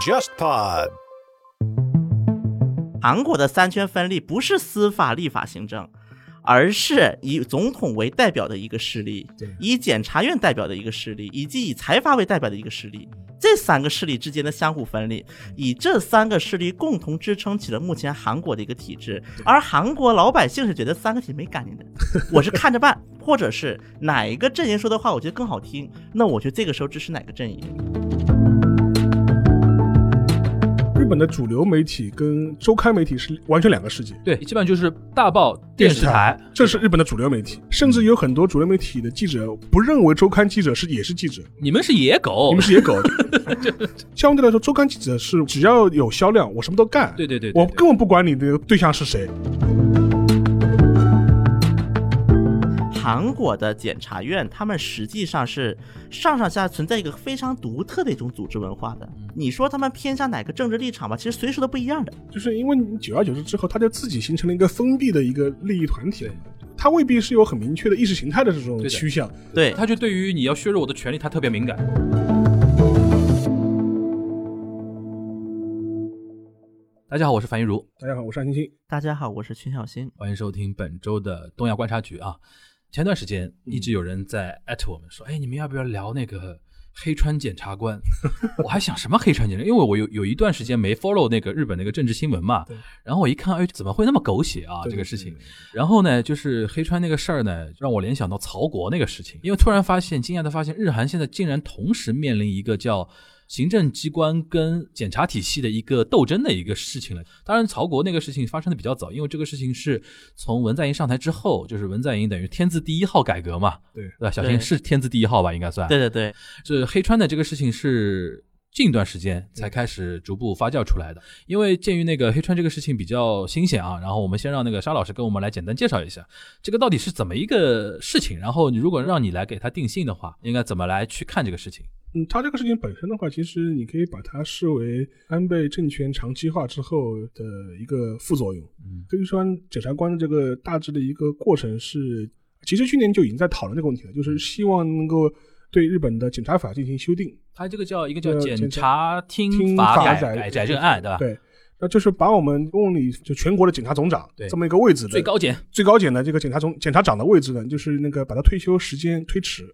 JustPod。韩国的三权分立不是司法、立法、行政，而是以总统为代表的一个势力，以检察院代表的一个势力，以及以财阀为代表的一个势力。这三个势力之间的相互分立，以这三个势力共同支撑起了目前韩国的一个体制。而韩国老百姓是觉得三个体没概念的，我是看着办，或者是哪一个阵营说的话我觉得更好听，那我就这个时候支持哪个阵营。日本的主流媒体跟周刊媒体是完全两个世界。对，基本上就是大报、电视台，这是日本的主流媒嗯体，甚至有很多主流媒体的记者不认为周刊记者是也是记者。你们是野狗，你们是野狗。 相对来说，周刊记者是只要有销量，我什么都干。对对对，我根本不管你的对象是谁。韩国的检察院，他们实际上是上上下存在一个非常独特的一种组织文化的。嗯你说他们偏向哪个政治立场吧，其实随时都不一样的。就是因为久而久之之后，他就自己形成了一个封闭的一个利益团体了嘛。他未必是有很明确的意识形态的这种趋啊向，对，嗯他就对于你要削弱我的权利，他特别敏感。大家好，我是樊一茹。大家好，我是安欣欣。大家好，我是群小新。欢迎收听本周的东亚观察局啊。前段时间一直有人在艾特我们说，哎，你们要不要聊那个黑川检 察官？我还想什么黑川检察，因为我有有一段时间没 follow 那个日本那个政治新闻嘛。然后我一看，哎，怎么会那么狗血啊？这个事情。然后呢，就是黑川那个事儿呢，让我联想到曹国那个事情，因为突然发现，惊讶的发现，日韩现在竟然同时面临一个叫。行政机关跟检察体系的一个斗争的一个事情了。当然，曹国那个事情发生的比较早，因为这个事情是从文在寅上台之后，就是文在寅等于天字第一号改革嘛，对对吧？小新是天字第一号吧，应该算。对对对，这黑川的这个事情是。近段时间才开始逐步发酵出来的，因为鉴于那个黑川这个事情比较新鲜啊，然后我们先让那个沙老师跟我们来简单介绍一下这个到底是怎么一个事情，然后你如果让你来给他定性的话，应该怎么来去看这个事情？嗯，它这个事情本身的话，其实你可以把它视为安倍政权长期化之后的一个副作用。嗯，黑川检察官的这个大致的一个过程是，其实去年就已经在讨论这个问题了，嗯就是希望能够。对日本的检察法进行修订，它这个叫一个叫呃检察厅法改改正案，对吧？对，那就是把我们梦里就全国的检察总长这么一个位置的最高检最高检的这个检察总检察长的位置呢，就是那个把他退休时间推迟。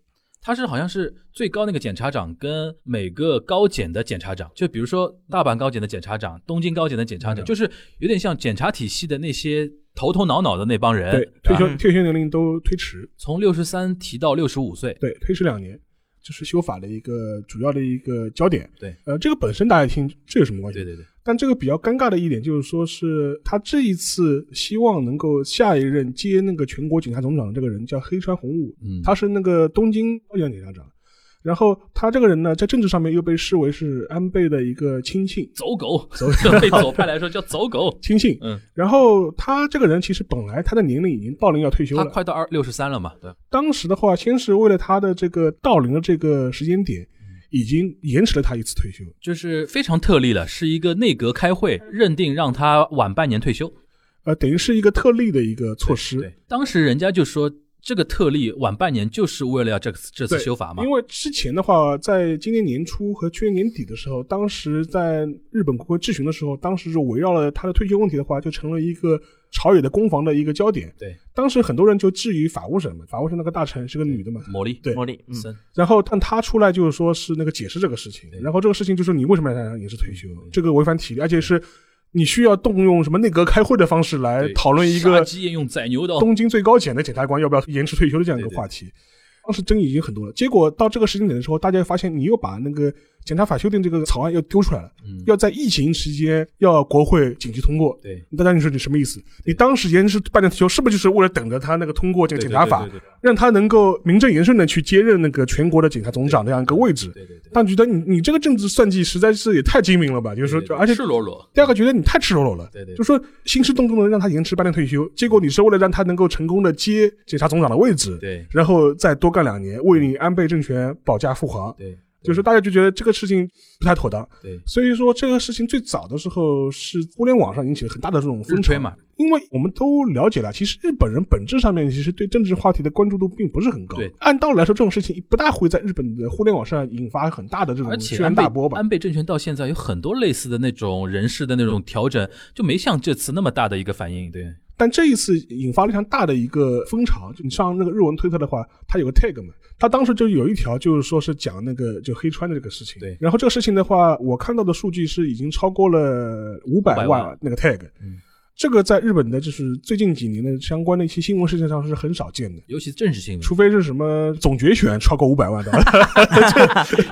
他是好像是最高那个检察长跟每个高检的检察长，就比如说大阪高检的检察长、东京高检的检察长，嗯就是有点像检察体系的那些头头脑脑的那帮人，啊对退嗯休退休年龄都推迟，从六十三提到六十五岁，对，推迟两年。这是修法的一个主要的一个焦点。对，呃，这个本身大家听这有什么关系？对对对。但这个比较尴尬的一点就是说，是他这一次希望能够下一任接那个全国警察总长的这个人叫黑川弘武，嗯，他是那个东京高检检察长，然后他这个人呢，在政治上面又被视为是安倍的一个亲信，走狗， 走对左派来说叫 走狗，亲信。嗯，然后他这个人其实本来他的年龄已经到龄要退休了，他快到二六十三了嘛，对。当时的话，先是为了他的这个到龄的这个时间点，嗯已经延迟了他一次退休，就是非常特例了，是一个内阁开会认定让他晚半年退休，呃，等于是一个特例的一个措施。对，对当时人家就说。这个特例晚半年就是为了要这次这次修法嘛？因为之前的话，在今年年初和去年年底的时候，当时在日本国会质询的时候，当时就围绕了他的退休问题的话，就成了一个朝野的攻防的一个焦点。对，当时很多人就质疑法务省嘛，法务省那个大臣是个女的嘛，魔力，对，魔力，嗯。然后但他出来就是说是那个解释这个事情，然后这个事情就是你为什么要让延迟退休？这个违反体力，而且是。你需要动用什么内阁开会的方式来讨论一个东京最高检的检察官要不要延迟退休的这样一个话题，当时争议已经很多了。结果到这个时间点的时候，大家发现你又把那个检察法修订这个草案又丢出来了，要在疫情期间要国会紧急通过。对，大家你说你什么意思？你当时延迟半年退休，是不是就是为了等着他那个通过这个检察法，让他能够名正言顺的去接任那个全国的检察总长这样一个位置？对对对。但觉得你你这个政治算计实在是也太精明了吧？就是说，而且赤裸裸。第二个觉得你太赤裸裸了，对对，就说兴师动众的让他延迟半年退休，结果你是为了让他能够成功的接检察总长的位置，对，然后再多干两年，为你安倍政权保驾护航，对。就是大家就觉得这个事情不太妥当。对，所以说这个事情最早的时候是互联网上引起了很大的这种风吹吹嘛，因为我们都了解了，其实日本人本质上面其实对政治话题的关注度并不是很高。对按道理来说，这种事情不大会在日本的互联网上引发很大的这而种且嗯轩然安倍大波吧安。倍政权到现在有很多类似的那种人事的那种调整，就没像这次那么大的一个反应。对，但这一次引发了非常大的一个风潮，就你上那个日文推特的话，它有个 tag 嘛，它当时就有一条就是说是讲那个就黑川的这个事情。对然后这个事情的话，我看到的数据是已经超过了五百500万万那个 tag。嗯这个在日本的就是最近几年的相关的一些新闻事件上是很少见的。尤其是政治新闻，除非是什么总决选超过五百万的，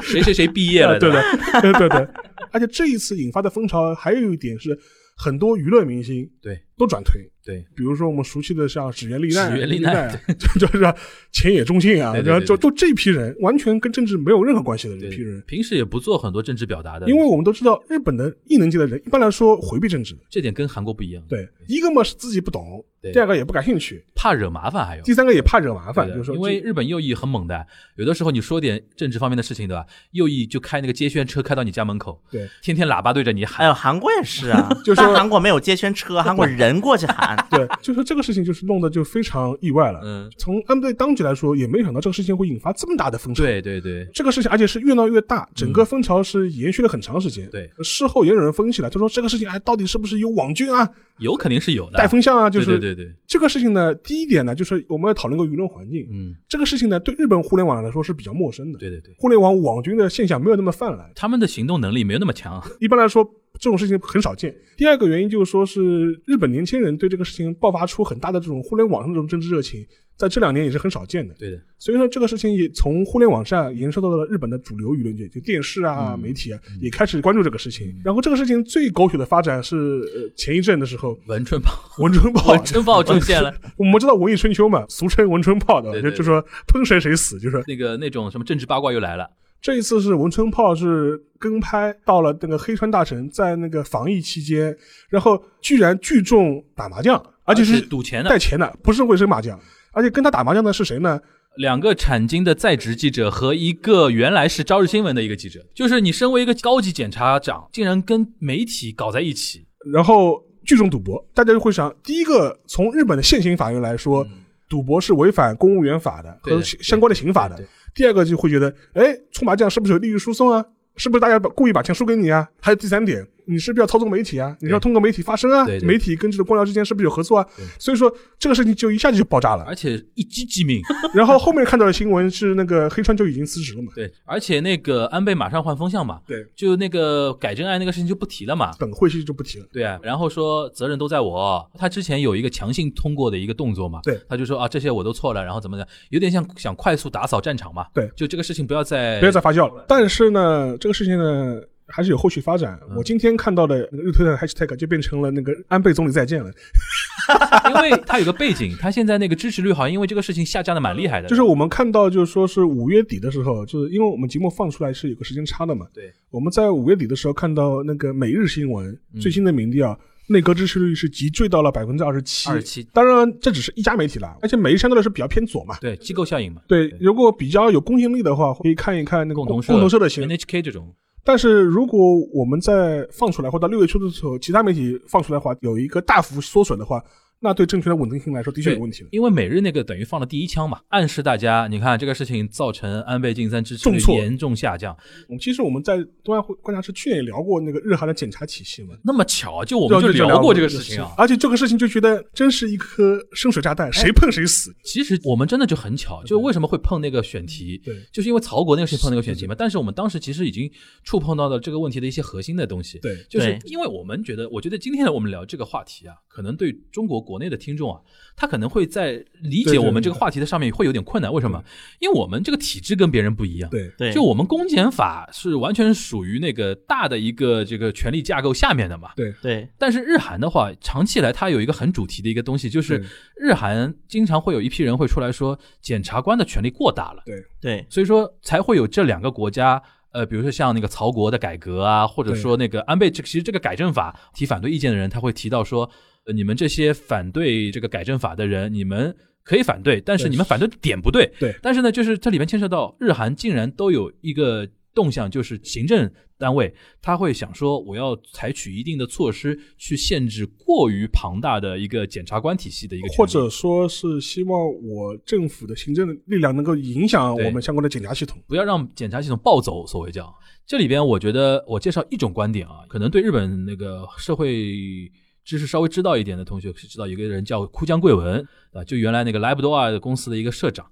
谁谁谁毕业 了，对吧的，对对对。而且这一次引发的风潮还有一点是，很多娱乐明星对都转推，对比如说我们熟悉的像史原丽奈、史原丽奈奈啊，就就是前野忠信啊，对对对然后就对就这批人完全跟政治没有任何关系的一批对，人，平时也不做很多政治表达的，因为我们都知道日本的艺能界的人一般来说回避政治的，这点跟韩国不一样，对，一个嘛是自己不懂，嗯对第二个也不感兴趣，怕惹麻烦还有。第三个也怕惹麻烦，对就的是说因为日本右翼很猛的，有的时候你说点政治方面的事情，对吧？右翼就开那个街宣车开到你家门口，对，天天喇叭对着你还喊，有韩国也是 啊，就说。但韩国没有街圈车，韩国人过去喊对，就是这个事情就是弄得就非常意外了。嗯，从安倍当局来说，也没想到这个事情会引发这么大的风潮。对对对，这个事情，而且是越闹越大，整个风潮是延续了很长时间。呃对，事后也有人分析了，他说这个事情哎，到底是不是有网军啊、有肯定是有的，带风向啊？就是对对对对，这个事情呢，第一点呢，就是我们要讨论个舆论环境。嗯，这个事情呢，对日本互联网来说是比较陌生的。对对对，互联网网军的现象没有那么泛滥，他们的行动能力没有那么强，啊一般来说这种事情很少见。第二个原因就是说是日本年轻人对这个事情爆发出很大的这种互联网上的这种政治热情，在这两年也是很少见的。对的，所以说，这个事情也从互联网上延伸到了日本的主流舆论界，就电视嗯啊、媒体啊，也开始关注这个事情。然后，这个事情最狗血的发展是呃前一阵的时候，文春炮，文 春炮。文春炮出现了，我们知道文艺春秋嘛，俗称文春炮的，对就对就说喷谁谁死，就是那个那种什么政治八卦又来了，这一次是文春炮是跟拍到了那个黑川大神在那个防疫期间，然后居然聚众打麻将，而且是是赌钱的嗯带，钱的，不是卫生麻将。而且跟他打麻将的是谁呢？两个产经的在职记者和一个原来是朝日新闻的一个记者，就是你身为一个高级检察长，竟然跟媒体搞在一起，然后聚众赌博，大家就会想，第一个从日本的现行法律来说，赌博是违反公务员法的嗯对和的相相关的刑法的对对。第二个就会觉得，哎，搓麻将是不是有利益输送啊？是不是大家把故意把钱输给你啊？还有第三点，你是不是要操纵媒体啊？你是要通过媒体发声啊对？嗯对媒体跟这个官僚之间是不是有合作啊？所以说这个事情就一下子就爆炸了。 而且一击即命。 然后后面看到的新闻是那个黑川就已经辞职了嘛，对，而且那个安倍马上换风向嘛，对，就那个改正案那个事情就不提了嘛。本会系就不提了。对啊，然后说责任都在我。他之前有一个强行通过的一个动作嘛，对，他就说啊这些我都错了，然后怎么的，有点像想快速打扫战场嘛。对就这个事情不要再不要再发酵了。但是呢，这个事情呢还是有后续发展。我今天看到的那个日推的 hashtag 就变成了那个安倍总理再见了， 因为他有个背景，他现在那个支持率好像因为这个事情下降的蛮厉害的。就是我们看到就是说是五月底的时候，就是因为我们节目放出来是有个时间差的嘛，对，我们在五月底的时候看到那个每日新闻最新的民调。内阁支持率是急坠到了百分之二十七， 27当然这只是一家媒体啦，而且每日相对来说比较偏左嘛。对机构效应嘛，对，如果比较有公信力的话，可以看一看那个共同社、共同社的新闻。 NHK 这种，但是如果我们在放出来或到六月初的时候，其他媒体放出来的话，有一个大幅缩水的话，那对政权的稳定性来说的确有问题的。因为每日那个等于放了第一枪嘛，暗示大家，你看这个事情造成安倍晋三支持率重挫严重下降。我们其实我们在东亚会观察室去年也聊过那个日韩的检察体系嘛，那么巧，就我们就对啊聊过这个事情啊。哎而且这个事情就觉得真是一颗深水炸弹，谁碰谁死。其实我们真的就很巧，就为什么会碰那个选题，对就是因为曹国那个事情碰那个选题嘛。但是我们当时其实已经触碰到了这个问题的一些核心的东西。对就是对因为我们觉得，我觉得今天我们聊这个话题啊，可能对中国国内的听众啊，他可能会在理对解对我们这个对话题的上面会有点困难。为什么？因为我们这个体制跟别人不一样。对对，就我们公检法是完全属于那个大的一个这个权力架构下面的嘛。对对但是日韩的话，长期以来它有一个很主题的一个东西，就是对日韩经常会有一批人会出来说，检察官的权力过大了，对所以说才会有这两个国家。呃，比如说像那个曹国的改革啊，或者对说那个安倍这其实这个改正法提反对意见的人，他会提到说，呃你们这些反对这个改正法的人，你们可以反对，但是对你们反对的点不对。对但是呢，就是这里面牵涉到日韩竟然都有一个动向就是行政单位他会想说，我要采取一定的措施去限制过于庞大的一个检察官体系的一个权力，或者说是希望我政府的行政力量能够影响对我们相关的检察系统。不要让检察系统暴走，所谓叫这里边，我觉得我介绍一种观点啊，可能对日本那个社会知识稍微知道一点的同学是知道，有个人叫枯江贵文啊，就原来那个莱布多尔公司的一个社长。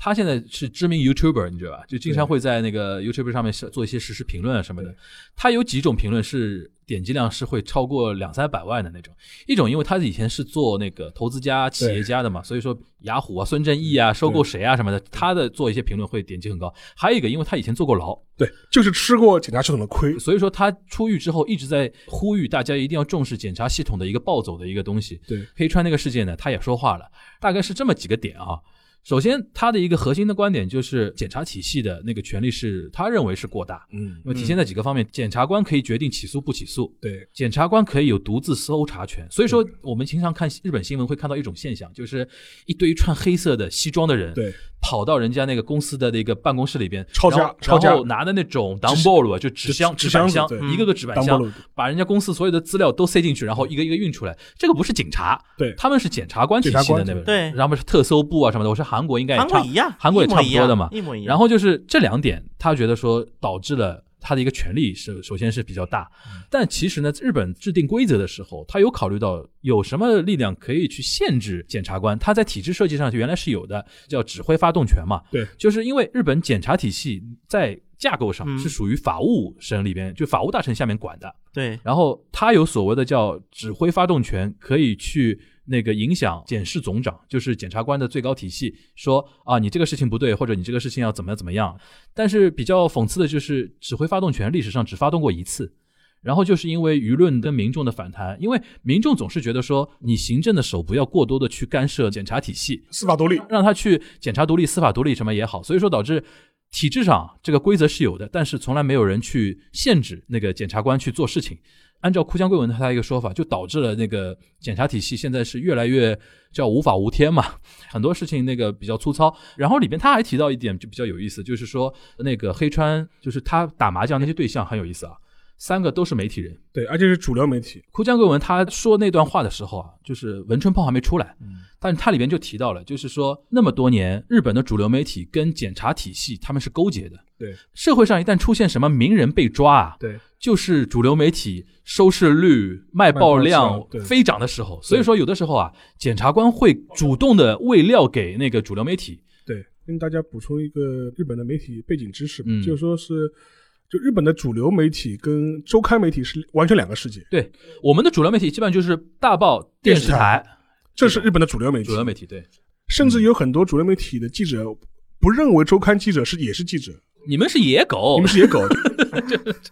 他现在是知名 YouTuber，你知道吧？就经常会在那个 YouTuber 上面是做一些实时评论啊什么的对。他有几种评论是点击量是会超过两三百万的那种。一种因为他以前是做那个投资家、企业家的嘛，所以说雅虎啊、孙正义啊、收购谁啊什么的，他的做一些评论会点击很高。还有一个，因为他以前坐过牢，对，就是吃过检察系统的亏。所以说他出狱之后一直在呼吁大家一定要重视检察系统的一个暴走的一个东西。对，黑川那个事件呢，他也说话了，大概是这么几个点啊。首先，他的一个核心的观点就是检察体系的那个权力是他认为是过大，嗯，因为体现在几个方面，检察官可以决定起诉不起诉，对，检察官可以有独自搜查权，所以说我们经常看日本新闻会看到一种现象，就是一堆穿黑色的西装的人，对，跑到人家那个公司的那个办公室里边，抄家然后抄家然后拿的那种 dumbbell 啊就纸箱、纸纸板箱箱子，对一个个纸板 dumbbell 箱，把人家公司所有的资料都塞进去，然后一个一个运出来。这个不是警察，嗯对他们是检察官体检察系的官那个，对然后是特搜部啊什么的。我说韩国应该也韩国差一样，韩国也一模差不一多样的嘛。一模一样。然后就是这两点，他觉得说导致了他的一个权利是首先是比较大，嗯但其实呢，日本制定规则的时候，他有考虑到有什么力量可以去限制检察官，他在体制设计上原来是有的，叫指挥发动权嘛。对，就是因为日本检察体系在架构上嗯是属于法务省里边，就法务大臣下面管的，对，然后他有所谓的叫指挥发动权，可以去那个影响检事总长，就是检察官的最高体系，说啊你这个事情不对，或者你这个事情要怎么样怎么样。但是比较讽刺的就是，指挥发动权历史上只发动过一次。然后就是因为舆论跟民众的反弹，因为民众总是觉得说，你行政的手不要过多的去干涉检察体系，司法独立。让他去检察独立、司法独立什么也好，所以说导致体制上这个规则是有的，但是从来没有人去限制那个检察官去做事情。按照枯江贵文他的一个说法，就导致了那个检察体系现在是越来越叫无法无天嘛，很多事情那个比较粗糙。然后里边他还提到一点就比较有意思，就是说那个黑川就是他打麻将那些对象很有意思啊，三个都是媒体人，对，而且是主流媒体。枯江贵文他说那段话的时候啊，就是文春炮还没出来，嗯但是他里边就提到了，就是说那么多年日本的主流媒体跟检察体系他们是勾结的，对社会上一旦出现什么名人被抓啊，对，就是主流媒体收视率、卖爆卖量爆量对飞涨的时候，所以说有的时候啊，检察官会主动的喂料给那个主流媒体，对，跟大家补充一个日本的媒体背景知识吧，嗯就是说是，就日本的主流媒体跟周刊媒体是完全两个世界，对我们的主流媒体基本上就是大报、电视电视台台、这是日本的主流媒体嗯主。流媒体，对，甚至有很多主流媒体的记者不认为周刊记者是也是记者，你们是野狗，你们是野 狗。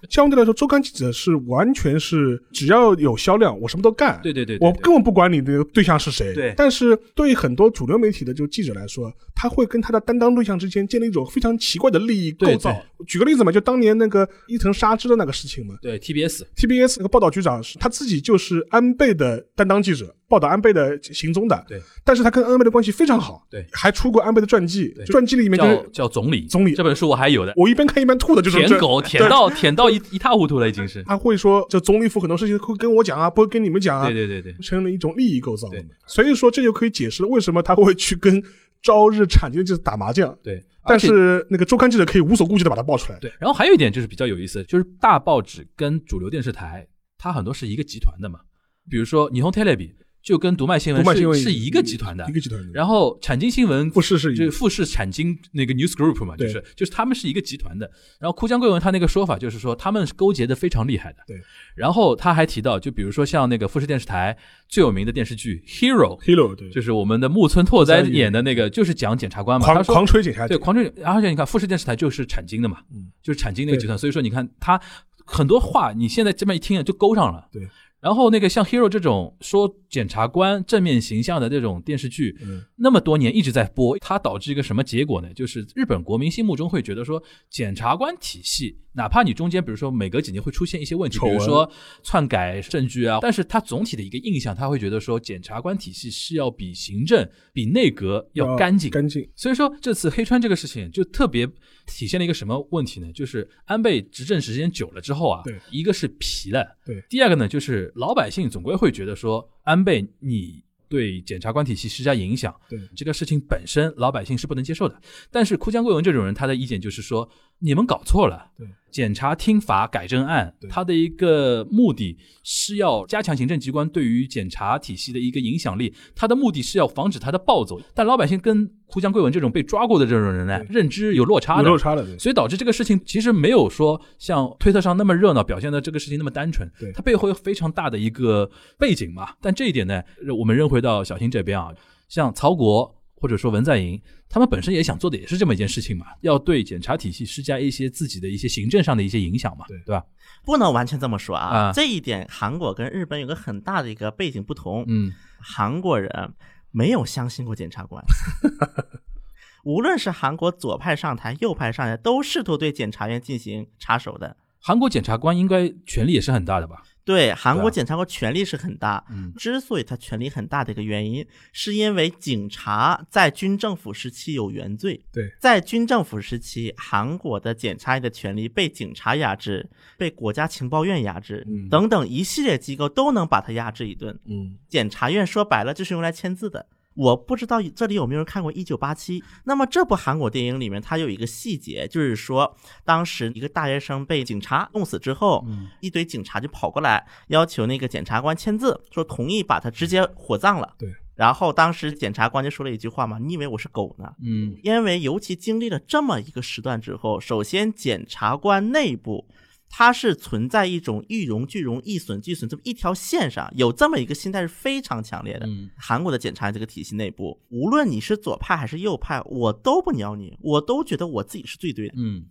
相对来说，周刊记者是完全是只要有销量，我什么都干。对对对，对我根本不管你的对象是谁，对但是对很多主流媒体的就记者来说，他会跟他的担当对象之间建立一种非常奇怪的利益构造。对举个例子嘛，就当年那个伊藤沙织的那个事情嘛对 TBS， ，TBS 那个报道局长是他自己就是安倍的担当记者，报道安倍的行踪的。对，但是他跟安倍的关系非常好，对还出过安倍的传记，对传记里面就叫是叫总理，总理这本书我还有的，我一边看一边吐的，就是舔这狗舔到舔到一一塌糊涂了，已经是。他会说，这总理府很多事情会跟我讲啊，不会跟你们讲啊。对对对对，成了一种利益构造对。所以说，这就可以解释了为什么他会去跟朝日产经就是打麻将，对，但而且是那个周刊记者可以无所顾忌的把它爆出来。对，然后还有一点就是比较有意思，就是大报纸跟主流电视台，它很多是一个集团的嘛，比如说霓虹 Telebi 就跟读卖新读闻卖新闻是是一个集团的一，个集团的。然后产经新闻富士是一个就是富士产经那个 News Group 嘛，对就是就是他们是一个集团的。然后枯江贵文他那个说法就是说他们是勾结的非常厉害的。对。然后他还提到，就比如说像那个富士电视台最有名的电视剧《Hero》， Hero 对，就是我们的木村拓哉演的那个，就是讲检察官嘛。狂他说狂吹警察对嗯局，狂吹，而且你看富士电视台就是产经的嘛，就是产经那个集团，所以说你看他很多话，你现在这么一听就勾上了。对。然后那个像 Hero 这种说检察官正面形象的这种电视剧，嗯那么多年一直在播，它导致一个什么结果呢？就是日本国民心目中会觉得说，检察官体系，哪怕你中间比如说每隔几年会出现一些问题，丑比闻如说篡改证据啊，但是它总体的一个印象，他会觉得说，检察官体系是要比行政、比内阁要干净。干净，所以说这次黑川这个事情就特别体现了一个什么问题呢？就是安倍执政时间久了之后啊，对一个是疲了，对第二个呢就是老百姓总归会觉得说安倍你。对检察官体系施加影响，对这个事情本身老百姓是不能接受的。但是哭江贵文这种人，他的意见就是说，你们搞错了。对，检察厅法改正案对，它的一个目的是要加强行政机关对于检察体系的一个影响力，它的目的是要防止它的暴走。但老百姓跟胡江贵文这种被抓过的这种人呢，认知有落差有的，嗯落差了，对所以导致这个事情其实没有说像推特上那么热闹，表现的这个事情那么单纯对，它背后有非常大的一个背景嘛。但这一点呢，我们扔回到小新这边啊，像曹国或者说文在寅，他们本身也想做的也是这么一件事情嘛，要对检察体系施加一些自己的一些行政上的一些影响嘛，对对吧？不能完全这么说啊。啊这一点，韩国跟日本有个很大的一个背景不同。嗯，韩国人没有相信过检察官，无论是韩国左派上台、右派上台，都试图对检察院进行插手的。韩国检察官应该权力也是很大的吧？对韩对国啊检察官权力是很大，嗯之所以他权力很大的一个原因，是因为警察在军政府时期有原罪。对，在军政府时期，韩国的检察院的权力被警察压制，被国家情报院压制，嗯等等一系列机构都能把他压制一顿。嗯，检察院说白了就是用来签字的。我不知道这里有没有人看过《一九八七》。那么这部韩国电影里面，它有一个细节，就是说，当时一个大学生被警察弄死之后，嗯一堆警察就跑过来要求那个检察官签字，说同意把他直嗯接火葬了。对。然后当时检察官就说了一句话嘛：“你以为我是狗呢？”嗯因为尤其经历了这么一个时段之后，首先检察官内部它是存在一种一荣俱荣、一损俱损这么一条线上，有这么一个心态是非常强烈的。嗯韩国的检察这个体系内部，无论你是左派还是右派，我都不鸟你，我都觉得我自己是最对的。嗯，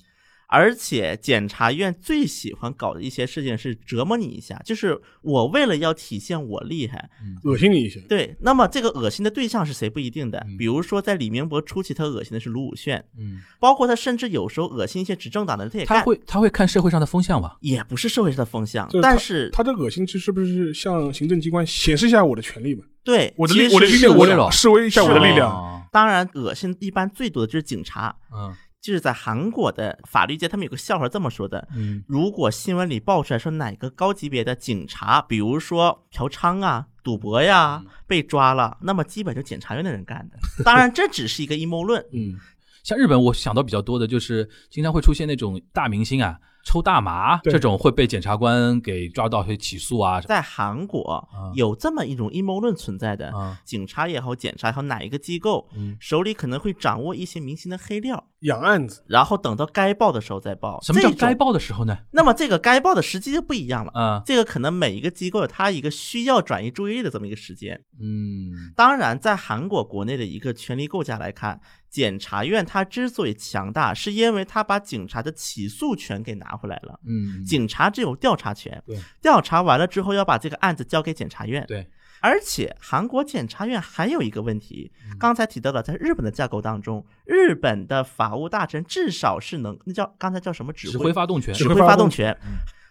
而且检察院最喜欢搞的一些事情是折磨你一下，就是我为了要体现我厉害，恶心你一下，对，那么这个恶心的对象是谁不一定的嗯，比如说在李明博初期，他恶心的是卢武铉，嗯，包括他甚至有时候恶心一些执政党的他也他干，会他会看社会上的风向吧？也不是社会上的风向就是，但是他这恶心其实是不是向行政机关显示一下我的权利嘛？对我的其力，实我的力是量，示我威了的示威一下我的力量，哦，当然，恶心一般最多的就是警察，嗯就是在韩国的法律界，他们有个笑话这么说的：嗯如果新闻里爆出来说哪个高级别的警察，比如说嫖娼啊、赌博呀、嗯被抓了，那么基本就检察院的人干的。当然，这只是一个阴谋论，嗯，像日本，我想到比较多的就是经常会出现那种大明星啊抽大麻对这种会被检察官给抓到去起诉啊。在韩国啊有这么一种阴谋论存在的，啊警察也好，检察也好，哪一个机构嗯手里可能会掌握一些明星的黑料，养案子，然后等到该报的时候再报。什么叫这种该？报的时候呢？那么这个该报的时机就不一样了。啊，这个可能每一个机构有它一个需要转移注意力的这么一个时间。嗯当然，在韩国国内的一个权力构架来看，检察院它之所以强大，是因为它把警察的起诉权给拿回来了。嗯，警察只有调查权对，调查完了之后要把这个案子交给检察院。对，而且韩国检察院还有一个问题，刚才提到了，在日本的架构当中，日本的法务大臣至少是能那叫刚才叫什么指指挥发动权指指挥挥发发动动权。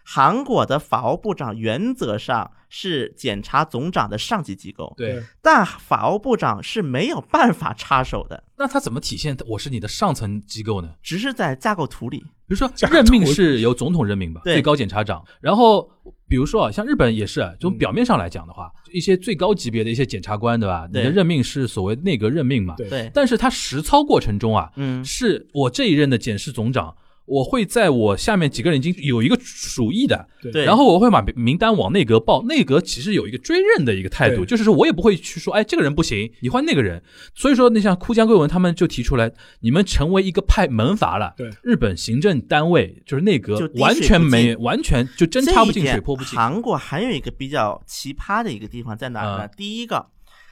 韩国的法务部长原则上是检察总长的上级机构，对。但法务部长是没有办法插手的，那他怎么体现我是你的上层机构呢？只是在架构图里。比如说这样任命是由总统任命吧，对最高检察长。然后比如说啊，像日本也是啊，嗯从表面上来讲的话，一些最高级别的一些检察官，对吧？你对的任命是所谓内阁任命嘛。对对，但是他实操过程中啊，嗯，是我这一任的检视总长，我会在我下面几个人已经有一个鼠疫的，对然后我会把名单往内阁报，内阁其实有一个追认的一个态度，对就是说我也不会去说，哎，这个人不行，你换那个人。所以说，那像枯江贵文他们就提出来，你们成为一个派门阀了。对日本行政单位就是内阁就，滴水完全不没进完全就针这插不一进点水泼不进。韩国还有一个比较奇葩的一个地方在哪儿呢？啊第一个，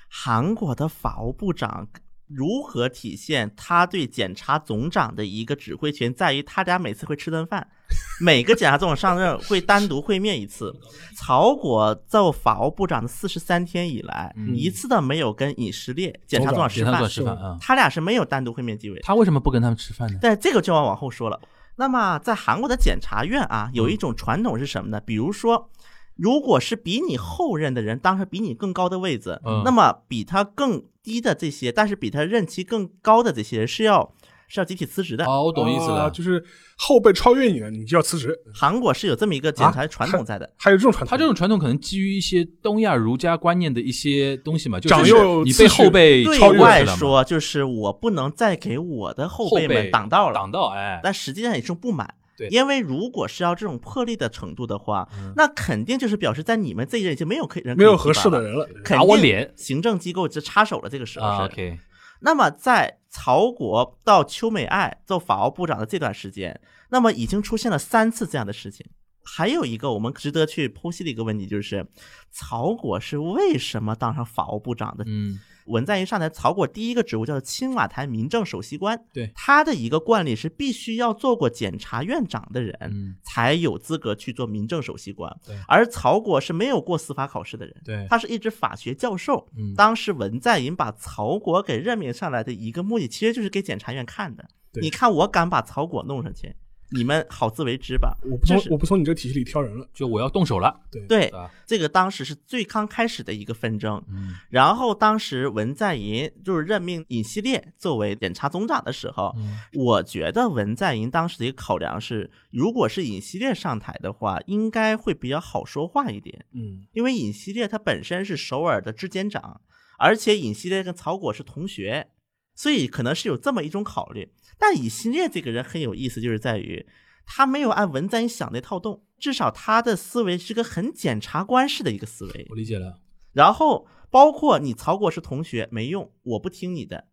韩国的法务部长如何体现他对检察总长的一个指挥权，在于他俩每次会吃顿饭， 每个检察总长上任会单独会面一次。曹国做法务部长的四十三天以来，一次都没有跟尹石烈检察总长吃检察饭嗯总，吃饭啊，他俩是没有单独会面纪委的。他为什么不跟他们吃饭呢？但这个就要往后说了。那么在韩国的检察院啊，嗯有一种传统是什么呢？比如说，如果是比你后任的人当上比你更高的位子，嗯那么比他更低的这些，但是比他任期更高的这些人是要是要集体辞职的。哦，我懂意思啊了，就是后辈超越你了，你就要辞职。韩国是有这么一个啊检察传统在的。还有这种传统，他这种传统可能基于一些东亚儒家观念的一些东西嘛，就长是幼你次被序后辈对超越外了嘛说，就是我不能再给我的后后辈们挡道了，挡道，哎，但实际上也是种不满。对嗯因为如果是要这种破例的程度的话，那肯定就是表示在你们这一任已经没有可以人可以没有提合拔适了的人了。肯打我定脸行政机构就插手了，这个时候是。啊，OK，那么在曹国到邱美爱做法务部长的这段时间，那么已经出现了三次这样的事情。还有一个我们值得去剖析的一个问题就是，曹国是为什么当上法务部长的？嗯，文在寅上台，曹国第一个职务叫做青瓦台民政首席官。对他的一个惯例是必须要做过检察院长的人，嗯才有资格去做民政首席官。对而曹国是没有过司法考试的人，对他是一直法学教授。嗯当时文在寅把曹国给任命上来的一个目的，其实就是给检察院看的。对你看我敢把曹国弄上去，你们好自为之吧。我不这从是我不从你这个体系里挑人了，就我要动手了，对啊，这个当时是最刚开始的一个纷争。嗯然后当时文在寅就是任命尹锡烈作为检察总长的时候，嗯我觉得文在寅当时的一个考量是，如果是尹锡烈上台的话，应该会比较好说话一点，嗯，因为尹锡烈他本身是首尔的知检长，而且尹锡烈跟曹果是同学，所以可能是有这么一种考虑。但尹锡烈这个人很有意思，就是在于他没有按文在寅想那套动，至少他的思维是个很检察官式的一个思维。我理解了。然后包括你曹国是同学没用，我不听你的。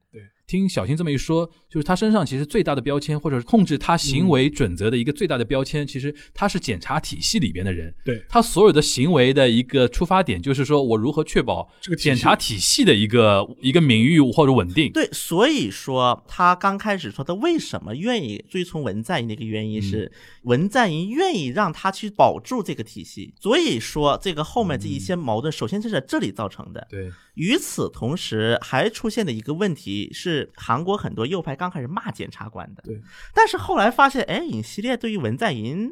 听小新这么一说，就是他身上其实最大的标签，或者是控制他行嗯为准则的一个最大的标签，其实他是检察体系里边的人。对他所有的行为的一个出发点，就是说我如何确保这个体系检察体系的一个一个名誉或者稳定。对，所以说他刚开始说他为什么愿意追从文在寅的一个原因是，文在寅愿意让他去保住这个体系。所以说这个后面这一些矛盾，首先是在这里造成的。对，与此同时，还出现的一个问题是，韩国很多右派刚开始骂检察官的，对，但是后来发现，哎，尹锡烈对于文在寅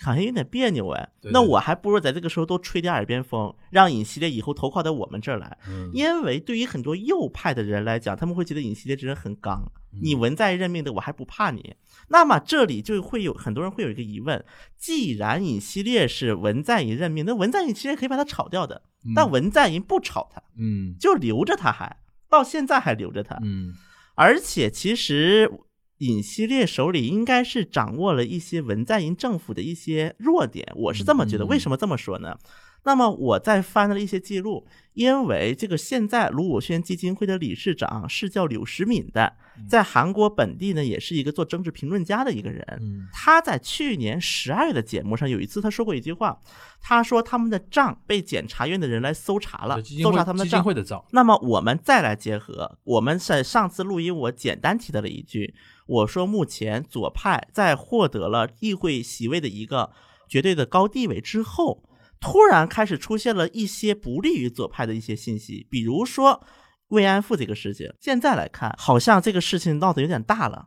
好像有点别扭，哎，对对那我还不如在这个时候多吹点耳边风，让尹锡烈以后投靠到我们这儿来，嗯因为对于很多右派的人来讲，他们会觉得尹锡烈这人很刚，嗯你文在寅任命的，我还不怕你。那么这里就会有很多人会有一个疑问：既然尹锡烈是文在寅任命，那文在寅其实可以把他炒掉的，但文在寅不炒他。嗯就留着他还，到现在还留着他。嗯，而且其实尹锡烈手里应该是掌握了一些文在寅政府的一些弱点，我是这么觉得。嗯嗯为什么这么说呢？那么我在翻了一些记录，因为这个现在卢武铉基金会的理事长是叫柳时敏的，嗯在韩国本地呢也是一个做政治评论家的一个人。嗯他在去年十二月的节目上有一次他说过一句话，他说他们的账被检察院的人来搜查了，基金搜会查他们的基账金。会的账，那么我们再来结合，我们在上次录音我简单提到了一句，我说目前左派在获得了议会席位的一个绝对的高地位之后，突然开始出现了一些不利于左派的一些信息，比如说慰安妇这个事情，现在来看好像这个事情闹得有点大了。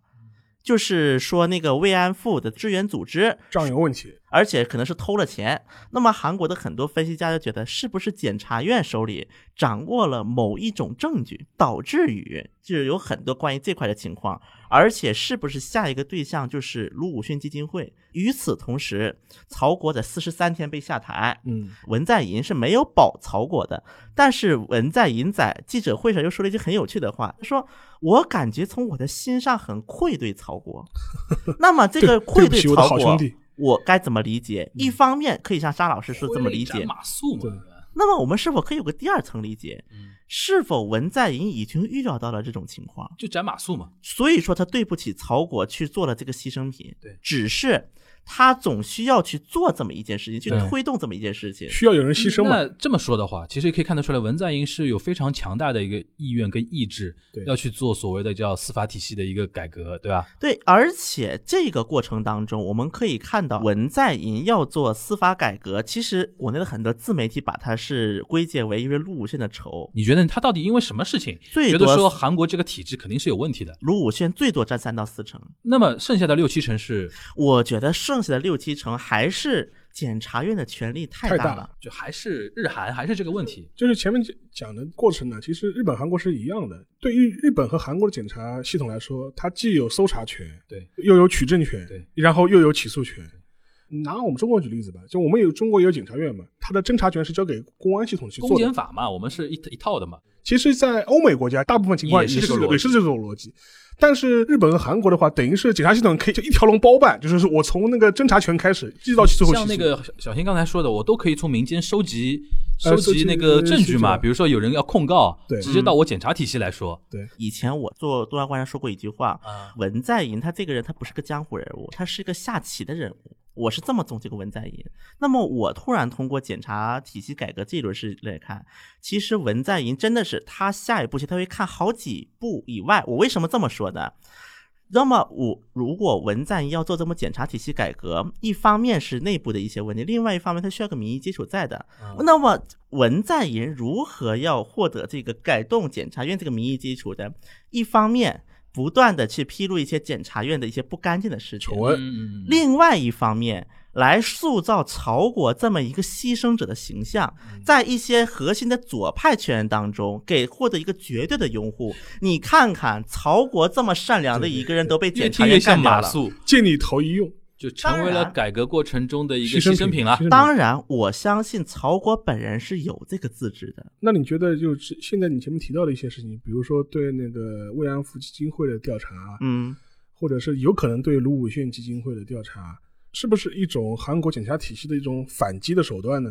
就是说，那个慰安妇的支援组织账有问题，而且可能是偷了钱。那么韩国的很多分析家就觉得，是不是检察院手里掌握了某一种证据，导致于就是有很多关于这块的情况，而且是不是下一个对象就是卢武铉基金会？与此同时，曹国在四十三天被下台，嗯，文在寅是没有保曹国的，但是文在寅在记者会上又说了一句很有趣的话，他说：“我感觉从我的心上很愧对曹 国。”那么这个对愧不起我的曹好国兄，弟，嗯我该怎么理解？一方面可以像沙老师说这么理挥解斩，马谡嘛，那么我们是否可以有个第二层理解？嗯是否文在寅已经预料到了这种情况？就斩马谡嘛，所以说他对不起曹国去做了这个牺牲品。对只是他总需要去做这么一件事情，去对推动这么一件事情。需要有人牺牲嘛？那这么说的话，其实也可以看得出来，文在寅是有非常强大的一个意愿跟意志对，要去做所谓的叫司法体系的一个改革，对吧？对，而且这个过程当中，我们可以看到文在寅要做司法改革，其实国内的很多自媒体把它是归结为因为陆武铉的仇，你觉得他到底因为什么事情，最觉得多说韩国这个体制肯定是有问题的？卢武铉最多占三到四成，那么剩下的六七成是我觉得剩下的六七成还是检察院的权力太太大大了。就还是日韩还是这个问题？就是前面讲讲的过程呢，其实日本、韩国是一样的。对于日本和韩国的检察系统来说，它既有搜查权，对，又有取证权，对，然后又有起诉权。拿我们中国举例子吧，就我们有中国也有检察院嘛，它的侦查权是交给公安系统去公做检的。法嘛，我们是一一套的嘛。其实，在欧美国家，大部分情况也是是这个个逻辑也是这种逻辑。但是日本和韩国的话，等于是检察系统可以就一条龙包办，就是说我从那个侦查权开始，一直到起诉后起诉。像那个小小新刚才说的，我都可以从民间收集呃收集收集那个证据嘛，证据比如说有人要控告，对直接到我检察体系来说。以前我做东亚观察说过一句话，啊，文在寅他这个人，他不是个江湖人物，他是个下棋的人物。我是这么总结过文在寅。那么我突然通过检察体系改革这一轮事来看，其实文在寅真的是他下一步棋他会看好几步以外。我为什么这么说呢？那么我如果文在寅要做这么检察体系改革，一方面是内部的一些问题，另外一方面他需要个民意基础在的。那么文在寅如何要获得这个改动检察院这个民意基础的？一方面不断的去披露一些检察院的一些不干净的事情丑，闻，嗯，嗯另外一方面来塑造曹国这么一个牺牲者的形象，嗯在一些核心的左派圈人当中，给获得一个绝对的拥护。你看看曹国这么善良的一个人都被越检察听越院像干掉马了。谡，借你头一用，就成为当了然改革过程中的一个牺牲品了牺。牲当然，我相信曹国本人是有这个自知的。那你觉得就是现在你前面提到的一些事情，比如说对那个慰安妇基金会的调查，嗯，或者是有可能对卢武铉基金会的调查，是不是一种韩国检察体系的一种反击的手段呢？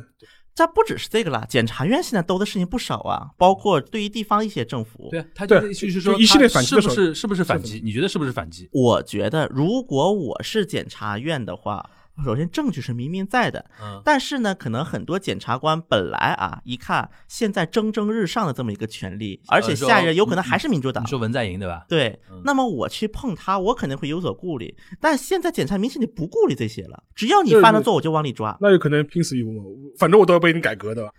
这不只是这个啦，检察院现在兜的事情不少啊，包括对于地方一些政府。对啊，他就对是就是说就一系列他反击是的不手是是不是反击？你觉得是不是反击？我觉得，如果我是检察院的话，首先证据是明明在的，嗯，但是呢，可能很多检察官本来啊，一看现在蒸蒸日上的这么一个权利，而且下一任有可能还是民主党呃你，说嗯文在寅对吧？对，那么我去碰他，我肯定会有所顾虑。但现在检察明显你不顾虑这些了，只要你犯了错，我就往里抓。那有可能拼死一搏嘛，反正我都要被你改革的。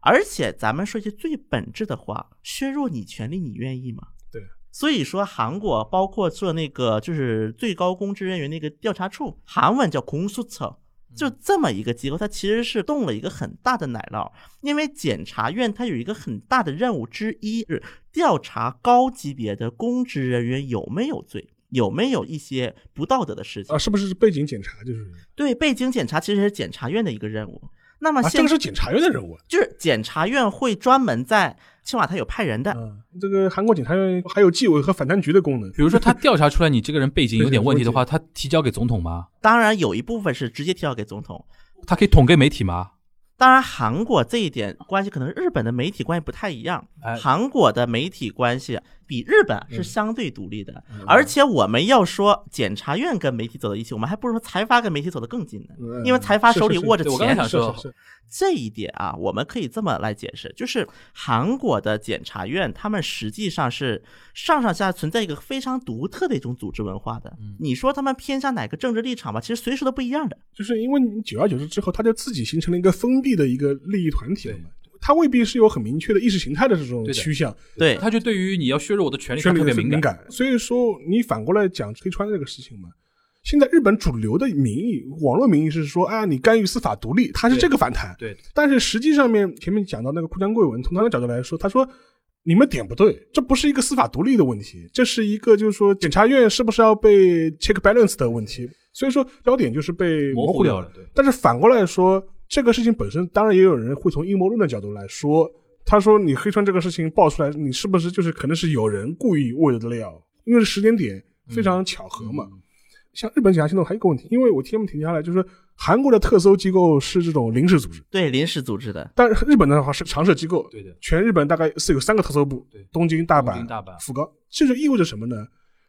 而且咱们说一句最本质的话，削弱你权利，你愿意吗？对。所以说，韩国包括做那个就是最高公职人员那个调查处，韩文叫공수처，就嗯这么一个机构，它其实是动了一个很大的奶酪，因为检察院它有一个很大的任务之一是调查高级别的公职人员有没有罪，有没有一些不道德的事情啊，。是不是背景检查就是对，背景检查其实是检察院的一个任务。那么啊？这现个是检察院的任务啊。就是检察院会专门在青瓦台有派人的，嗯，这个韩国检察院还有纪委和反贪局的功能。比如 说他调查出来你这个人背景有点问题的话，他提交给总统吗？当然有一部分是直接提交给总统。他可以捅给媒体吗？当然，韩国这一点关系可能日本的媒体关系不太一样哎，嗯韩国的媒体关系比日本是相对独立的，而且我们要说检察院跟媒体走到一起，我们还不如说财阀跟媒体走得更近呢，嗯因为财阀手里握着是是是对我刚才钱想。是是是，这一点啊，我们可以这么来解释，就是韩国的检察院，他们实际上是上上下存在一个非常独特的一种组织文化的。嗯你说他们偏向哪个政治立场吧，其实随时都不一样的。就是因为你久而久之之后，他就自己形成了一个封闭的一个利益团体了嘛。他未必是有很明确的意识形态的这种对的趋向，对，他就对于你要削弱我的权利，他权力特别是敏感。感。所以说，你反过来讲黑川这个事情嘛，现在日本主流的民意，网络民意是说啊，你干预司法独立，它是对这个反弹。对，但是实际上面前面讲到那个库江贵文，从他的角度来说，他说。你们点不对，这不是一个司法独立的问题，这是一个就是说检察院是不是要被 check balance 的问题。所以说焦点就是被模模糊糊掉掉了。对，但是反过来说，这个事情本身，当然也有人会从阴谋论的角度来说，他说你黑川这个事情爆出来，你是不是就是可能是有人故意为了料，因为是时间点非常巧合嘛。嗯像日本检察系统还有一个问题，因为我听他们停下来，就是韩国的特搜机构是这种临时组织，对，临时组织的。但日本的话是常设机构，对的，全日本大概是有三个特搜部对，东京、大东京阪、大阪福冈，这就意味着什么呢？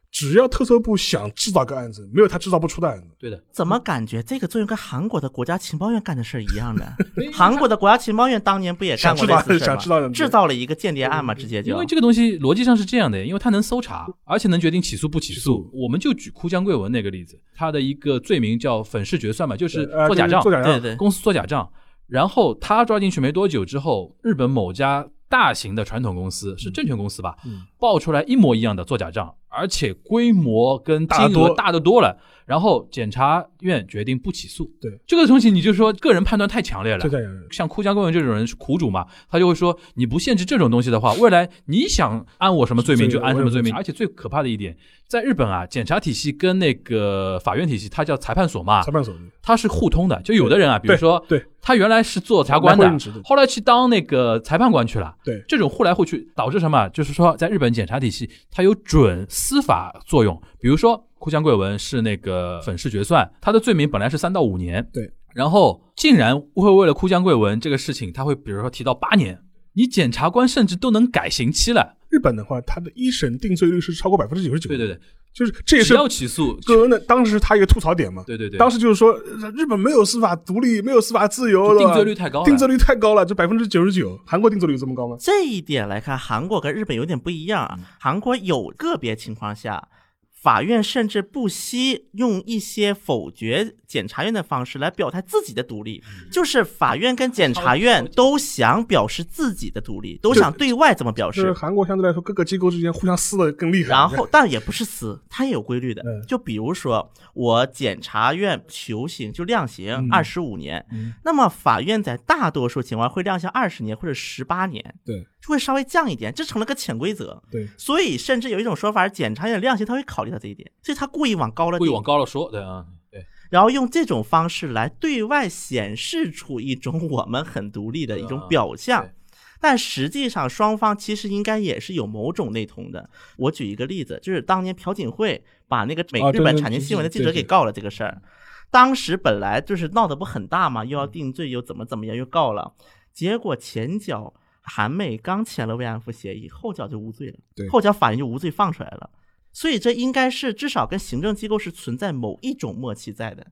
只要特搜部想制造个案子，没有他制造不出的案子。对的，怎嗯么感觉这个作用跟韩国的国家情报院干的事儿一样呢？ 韩国的国家情报院当年不也干过类似事儿想知道想知道吗？制造了一个间谍案嘛，直接就因为这个东西逻辑上是这样的，因为它能搜嗯查，而且能决定起诉不起诉。我们就举哭江贵文那个例子，他的一个罪名叫粉饰决算嘛，就是呃做假账，做假账，对对公司做假账。然后他抓进去没多久之后，日本某家大型的传统公司嗯是证券公司吧，爆出来一模一样的做假账，而且规模跟金大得额多大得多了。然后检察院决定不起诉。对这个东西，你就说个人判断太强烈了做。假账。像哭江公文这种人是苦主嘛，他就会说你不限制这种东西的话，未来你想安我什么罪名就安什么罪名。而且最可怕的一点，在日本啊，检察体系跟那个法院体系，它叫裁判所嘛裁，判所它是互通的。就有的人啊，比如说对他原来是做察官来回任职的的，后来去当那个裁判官去了。对这种互来互去导致什么？就是说，在日本检察体系，它有准司法作用。比如说，哭江贵文是那个粉饰决算，他的罪名本来是三到五年，对，然后竟然会为了哭江贵文这个事情，他会比如说提到八年，你检察官甚至都能改刑期了。日本的话，他的一审定罪率是超过百分之九十九。对对，对，就是这也只是要起诉，哥呢，当时他一个吐槽点嘛。对对对，当时就是说，呃日本没有司法独立，没有司法自由，就对吧定罪率太高了定罪率太高了，就百分之九十九。韩国定罪率有这么高吗？这一点来看，韩国跟日本有点不一样啊。韩国有个别情况下，法院甚至不惜用一些否决检察院的方式来表态自己的独立，就是法院跟检察院都想表示自己的独立，都想对外怎么表就是示。韩国相对来说各个机构之间互相撕的更厉害。然后，但也不是死，它也有规律的嗯。就比如说，我检察院求刑就量嗯刑二十五年，那么法院在大多数情况会量刑二十年或者十八年，对就会稍微降一点，这成了个潜规则。对，所以甚至有一种说法是，检察院的量刑他会考虑到这一点，所以他故意往高了故意定，往高了说，对啊，对。然后用这种方式来对外显示出一种我们很独立的一种表象。啊对但实际上，双方其实应该也是有某种内通的。我举一个例子，就是当年朴槿惠把那个美啊对日本对产经对新闻的对记者对给告了这个事儿，当时本来就是闹得不很大嘛，又要定罪，又怎么怎么样，又告了。结果前脚韩美刚签了慰安妇协议，后脚就无罪了，对后脚法院就无罪放出来了。所以这应该是至少跟行政机构是存在某一种默契在的。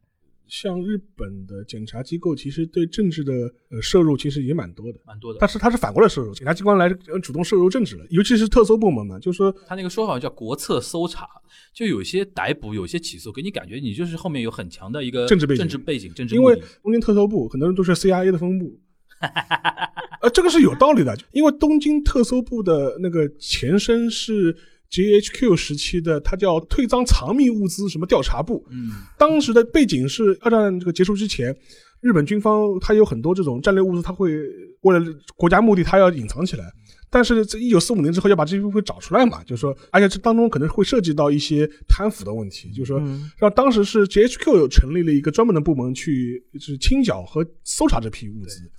像日本的检察机构，其实对政治的呃摄入其实也蛮多的。蛮多的，但是它是反过来摄入，检察机关来呃主动摄入政治了，尤其是特搜部门嘛，就是说他那个说法叫国策搜查，就有些逮捕，有些起诉，给你感觉你就是后面有很强的一个政治背景政治背景、政治因目为的。东京特搜部很多人都是 CIA 的分 部，呃，这个是有道理的，因为东京特搜部的那个前身是 GHQ 时期的，它叫退赃藏匿物资什么调查部，嗯，当时的背景是二战这个结束之前，日本军方它有很多这种战略物资，它会为了国家目的，它要隐藏起来。但是这一九四五年之后要把这批会找出来嘛，就是说，而且这当中可能会涉及到一些贪腐的问题，就是说，嗯让当时是 GHQ 有成立了一个专门的部门去就是清剿和搜查这批物资，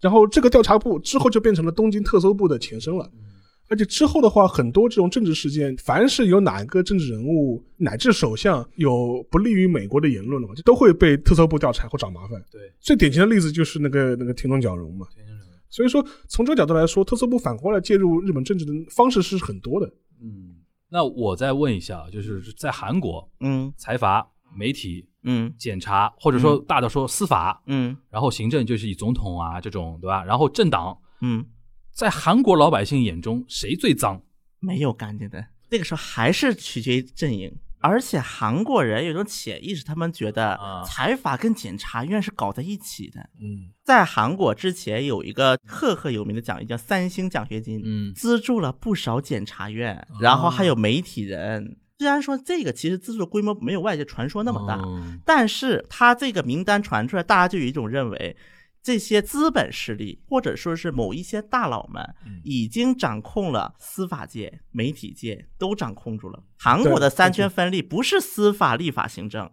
然后这个调查部之后就变成了东京特搜部的前身了。嗯而且之后的话，很多这种政治事件，凡是有哪个政治人物乃至首相有不利于美国的言论的话，就都会被特搜部调查或找麻烦。对，最典型的例子就是那个那个田中角荣嘛。田中角荣所以说，从这个角度来说，特搜部反过来介入日本政治的方式是很多的。嗯，那我再问一下啊，就是在韩国，嗯财阀、媒体、嗯检察，或者说大的说司法，嗯然后行政就是以总统啊这种，对吧？然后政党，嗯，在韩国老百姓眼中谁最脏？没有干净的。那个时候还是取决于阵营，而且韩国人有一种潜意识，他们觉啊得财阀跟检察院是搞在一起的。嗯，在韩国之前有一个赫赫有名的奖励叫三星奖学金，嗯哦资助了不少检察院，然后还有媒体人。虽然说这个其实资助的规模没有外界传说那么大，嗯但是他这个名单传出来，大家就有一种认为，这些资本势力或者说是某一些大佬们嗯已经掌控了司法界、媒体界，都掌控住了。韩国的三权分立不是司法、立法、行政，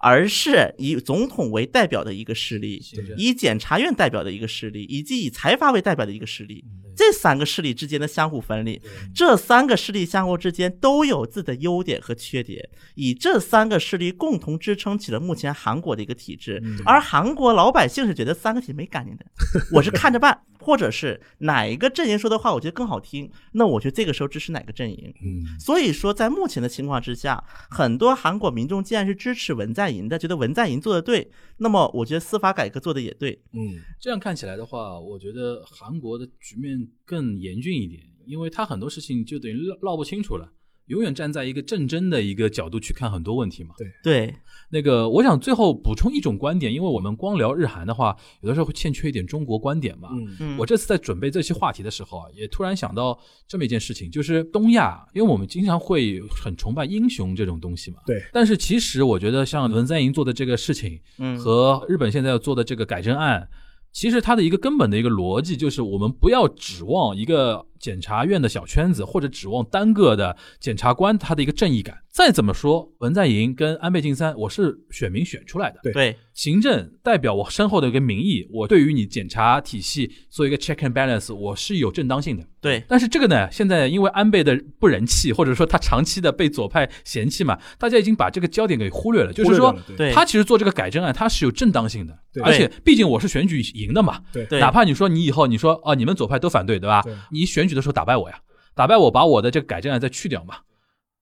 而是以总统为代表的一个势力行政，以检察院代表的一个势力，以及以财阀为代表的一个势力。这三个势力之间的相互分立，这三个势力相互之间都有自己的优点和缺点，以这三个势力共同支撑起了目前韩国的一个体制。而韩国老百姓是觉得三个体没概念的，我是看着办，或者是哪一个阵营说的话我觉得更好听，那我觉得这个时候支持哪个阵营。嗯，所以说，在目前的情况之下，很多韩国民众既然是支持文在寅的，觉得文在寅做的对，那么我觉得司法改革做的也对。嗯，这样看起来的话，我觉得韩国的局面更严峻一点，因为他很多事情就等于闹闹不清楚了，永远站在一个战争的一个角度去看很多问题嘛。对，那个，我想最后补充一种观点，因为我们光聊日韩的话，有的时候会欠缺一点中国观点嘛。嗯嗯，我这次在准备这期话题的时候啊，也突然想到这么一件事情，就是东亚，因为我们经常会很崇拜英雄这种东西嘛。对但是其实我觉得，像文在寅做的这个事情，嗯和日本现在做的这个改正案，其实它的一个根本的一个逻辑就是，我们不要指望一个检察院的小圈子，或者指望单个的检察官他的一个正义感。再怎么说，文在寅跟安倍晋三，我是选民选出来的，对对行政代表我身后的一个民意，我对于你检察体系做一个 check and balance，我是有正当性的。对但是这个呢，现在因为安倍的不人气，或者说他长期的被左派嫌弃嘛，大家已经把这个焦点给忽略了，就是忽略说掉了对对他其实做这个改正案，他是有正当性的，对而且毕竟我是选举赢的嘛，对对哪怕你说你以后你说哦、你们左派都反对，对吧对？你选举的时候打败我呀，打败我把我的这个改正案再去掉嘛。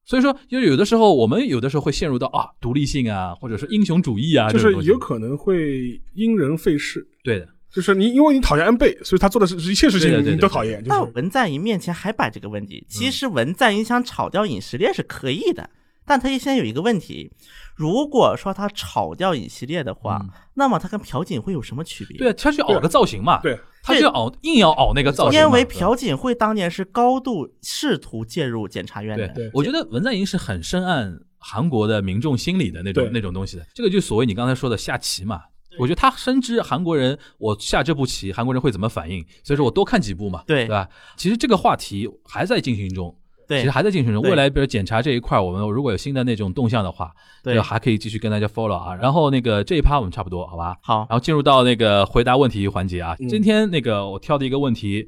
所以说，就有的时候我们有的时候会陷入到啊独立性啊，或者说英雄主义啊，就这是种东西有可能会因人废事，对的，就是你因为你讨厌安倍，所以他做的是一切事对对对情对你都讨厌，就到是文在寅面前还摆这个问题。嗯其实文在寅想炒掉尹锡烈是可以的，但他现在有一个问题，如果说他炒掉尹锡烈的话，那么他跟朴槿惠有什么区别？嗯对啊，他去熬个造型嘛，对，他就熬硬要熬那个造型嘛，因为对吧朴槿惠当年是高度试图介入检察院的，对我觉得文在寅是很深谙韩国的民众心理的那种对那种东西的。这个就所谓你刚才说的下棋嘛，我觉得他深知韩国人我下这步棋，韩国人会怎么反应，所以说我多看几步嘛，对对吧？其实这个话题还在进行中。对其实还在进行中。对未来比如检查这一块，我们如果有新的那种动向的话，对就还可以继续跟大家 follow 啊。然后那个这一趴我们差不多，好吧？好然后进入到那个回答问题环节啊。嗯今天那个我挑的一个问题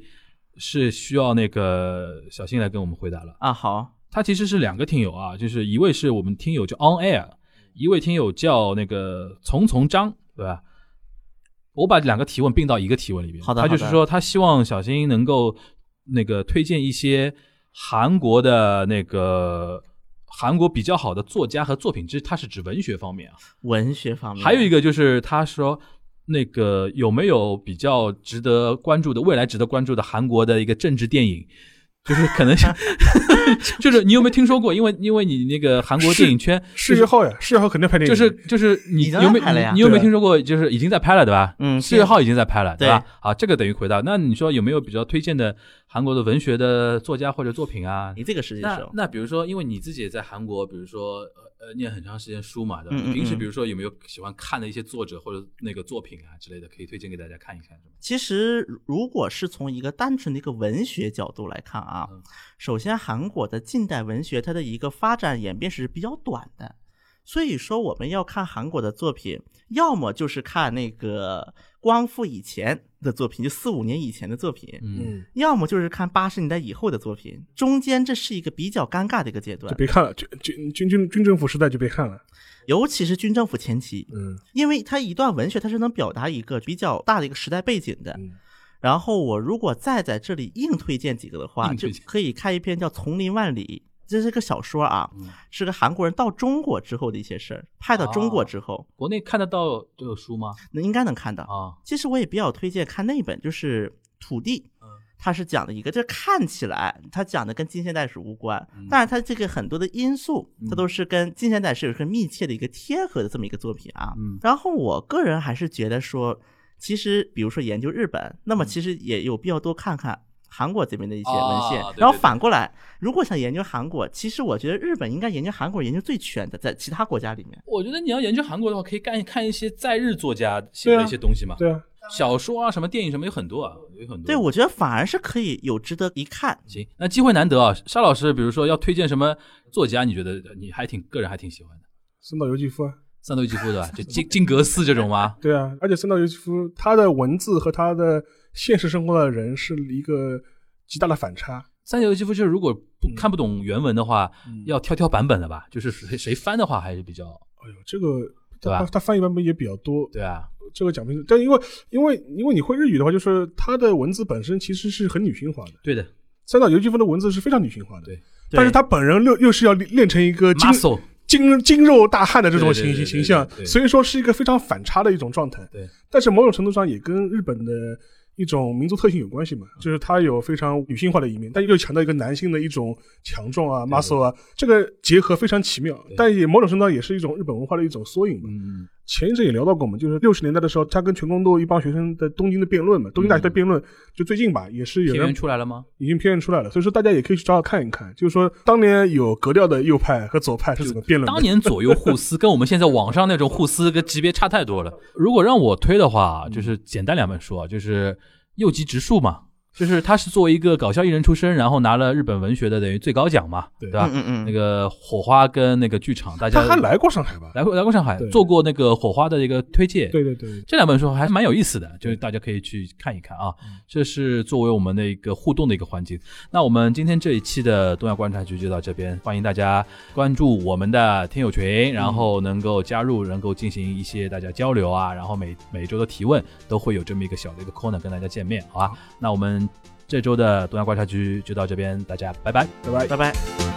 是需要那个小新来跟我们回答了。啊，好，他其实是两个听友啊，就是一位是我们听友叫 On Air，一位听友叫那个从从张，对吧？我把两个提问并到一个提问里面。好的他就是好的说他希望小新能够那个推荐一些韩国的那个韩国比较好的作家和作品，这他是指文学方面啊。文学方面还有一个个就是他说。那个有没有比较值得关注的未来值得关注的韩国的一个政治电影？ 就是 可能是，就是你有没有听说过？因为因为你那个韩国电 影圈世越号呀，世越号肯定要拍电影，就是就是你已经在有没有拍了呀你你有没有对啊听说过？就是已经在拍了对吧？嗯四月号已经在拍了对吧对？好，这个等于回答。那你说有没有比较推荐的韩国的文学的作家或者作品啊？你这个实习那生，那比如说，因为你自己也在韩国，比如说呃呃念很长时间书嘛，对吧？嗯嗯你平时嗯比如说有没有喜欢看的一些作者或者那个作品啊之类的，可以推荐给大家看一看，是吗？其实如果是从一个单纯的一个文学角度来看啊嗯，首先韩国的近代文学它的一个发展演变史是比较短的，所以说我们要看韩国的作品，要么就是看那个光复以前的作品，就四五年以前的作品，嗯，要么就是看八十年代以后的作品，中间这是一个比较尴尬的一个阶段就，别看了，军军军军军政府时代就别看了，尤其是军政府前期，嗯，因为它一段文学它是能表达一个比较大的一个时代背景的。嗯然后我如果再在这里硬推荐几个的话，硬就推荐可以看一篇叫《丛林万里》，这是个小说啊，嗯是个韩国人到中国之后的一些事儿，派哦到中国之后，国内看得到这个书吗？那应该能看到。啊，其实我也比较推荐看那本，就是《土地》，嗯它是讲的一个，这看起来它讲的跟近现代史无关，嗯但是它这个很多的因素，它都是跟近现代史有一个密切的一个贴合的这么一个作品啊。嗯然后我个人还是觉得说，其实比如说研究日本，那嗯么其实也有必要多看看。韩国这边的一些文献，啊对然后对对反过来，如果想研究韩国，其实我觉得日本应该研究韩国研究最全的，在其他国家里面。我觉得你要研究韩国的话，可以看看一些在日作家写的一些东西嘛，对啊，小说啊，什么电影什么有很多啊，有很多。对，我觉得反而是可以有值得一看。行，那机会难得啊，沙老师，比如说要推荐什么作家，你觉得你还挺个人还挺喜欢的，三岛由纪夫啊，三岛由纪夫的吧，就 金金格斯这种吗？对啊，而且三岛由纪夫他的文字和他的现实生活的人是一个极大的反差，哎三岛由纪夫就是如果不嗯看不懂原文的话，嗯要挑挑版本的吧，就是谁谁翻的话还是比较哎呦，这个对吧他他翻译版本也比较多，对啊，这个讲评，但因为因为因为你会日语的话，就是它的文字本身其实是很女性化的。对的，三岛由纪夫的文字是非常女性化的，对。但是他本人又又是要练成一个精 muscle 精精肉大汉的这种对对形对对形象对对，对所以说是一个非常反差的一种状态。对，但是某种程度上也跟日本的一种民族特性有关系嘛，嗯就是它有非常女性化的一面，但又强调一个男性的一种强壮啊、muscle 啊，这个结合非常奇妙。但也某种程度上也是一种日本文化的一种缩影嘛。嗯，前一阵也聊到过嘛，就是六十年代的时候，他跟全工都一帮学生的东京的辩论嘛，东京大学的辩论，就最近吧，也是有片人嗯源出来了吗？已经辨认出来了，所以说大家也可以去找找看一看，就是说当年有格调的右派和左派是怎么辩论的。当年左右互撕跟我们现在网上那种互撕跟级别差太多了。如果让我推的话，就是简单两本书啊，就是右吉直树嘛，就是他是作为一个搞笑艺人出身，然后拿了日本文学的等于最高奖嘛，对对吧？嗯嗯啊那个火花跟那个剧场，大家他还来过上海吧？来过来过上海对，做过那个火花的一个推介，对对对，这两本书还是蛮有意思的，就是大家可以去看一看啊。这是作为我们的一个互动的一个环节。那我们今天这一期的东亚观察局就到这边，欢迎大家关注我们的听友群，然后能够加入，能够进行一些大家交流啊，然后每每周的提问都会有这么一个小的一个 corner 跟大家见面，好吧？那我们这周的东亚观察局就到这边，大家拜拜。拜拜拜。拜。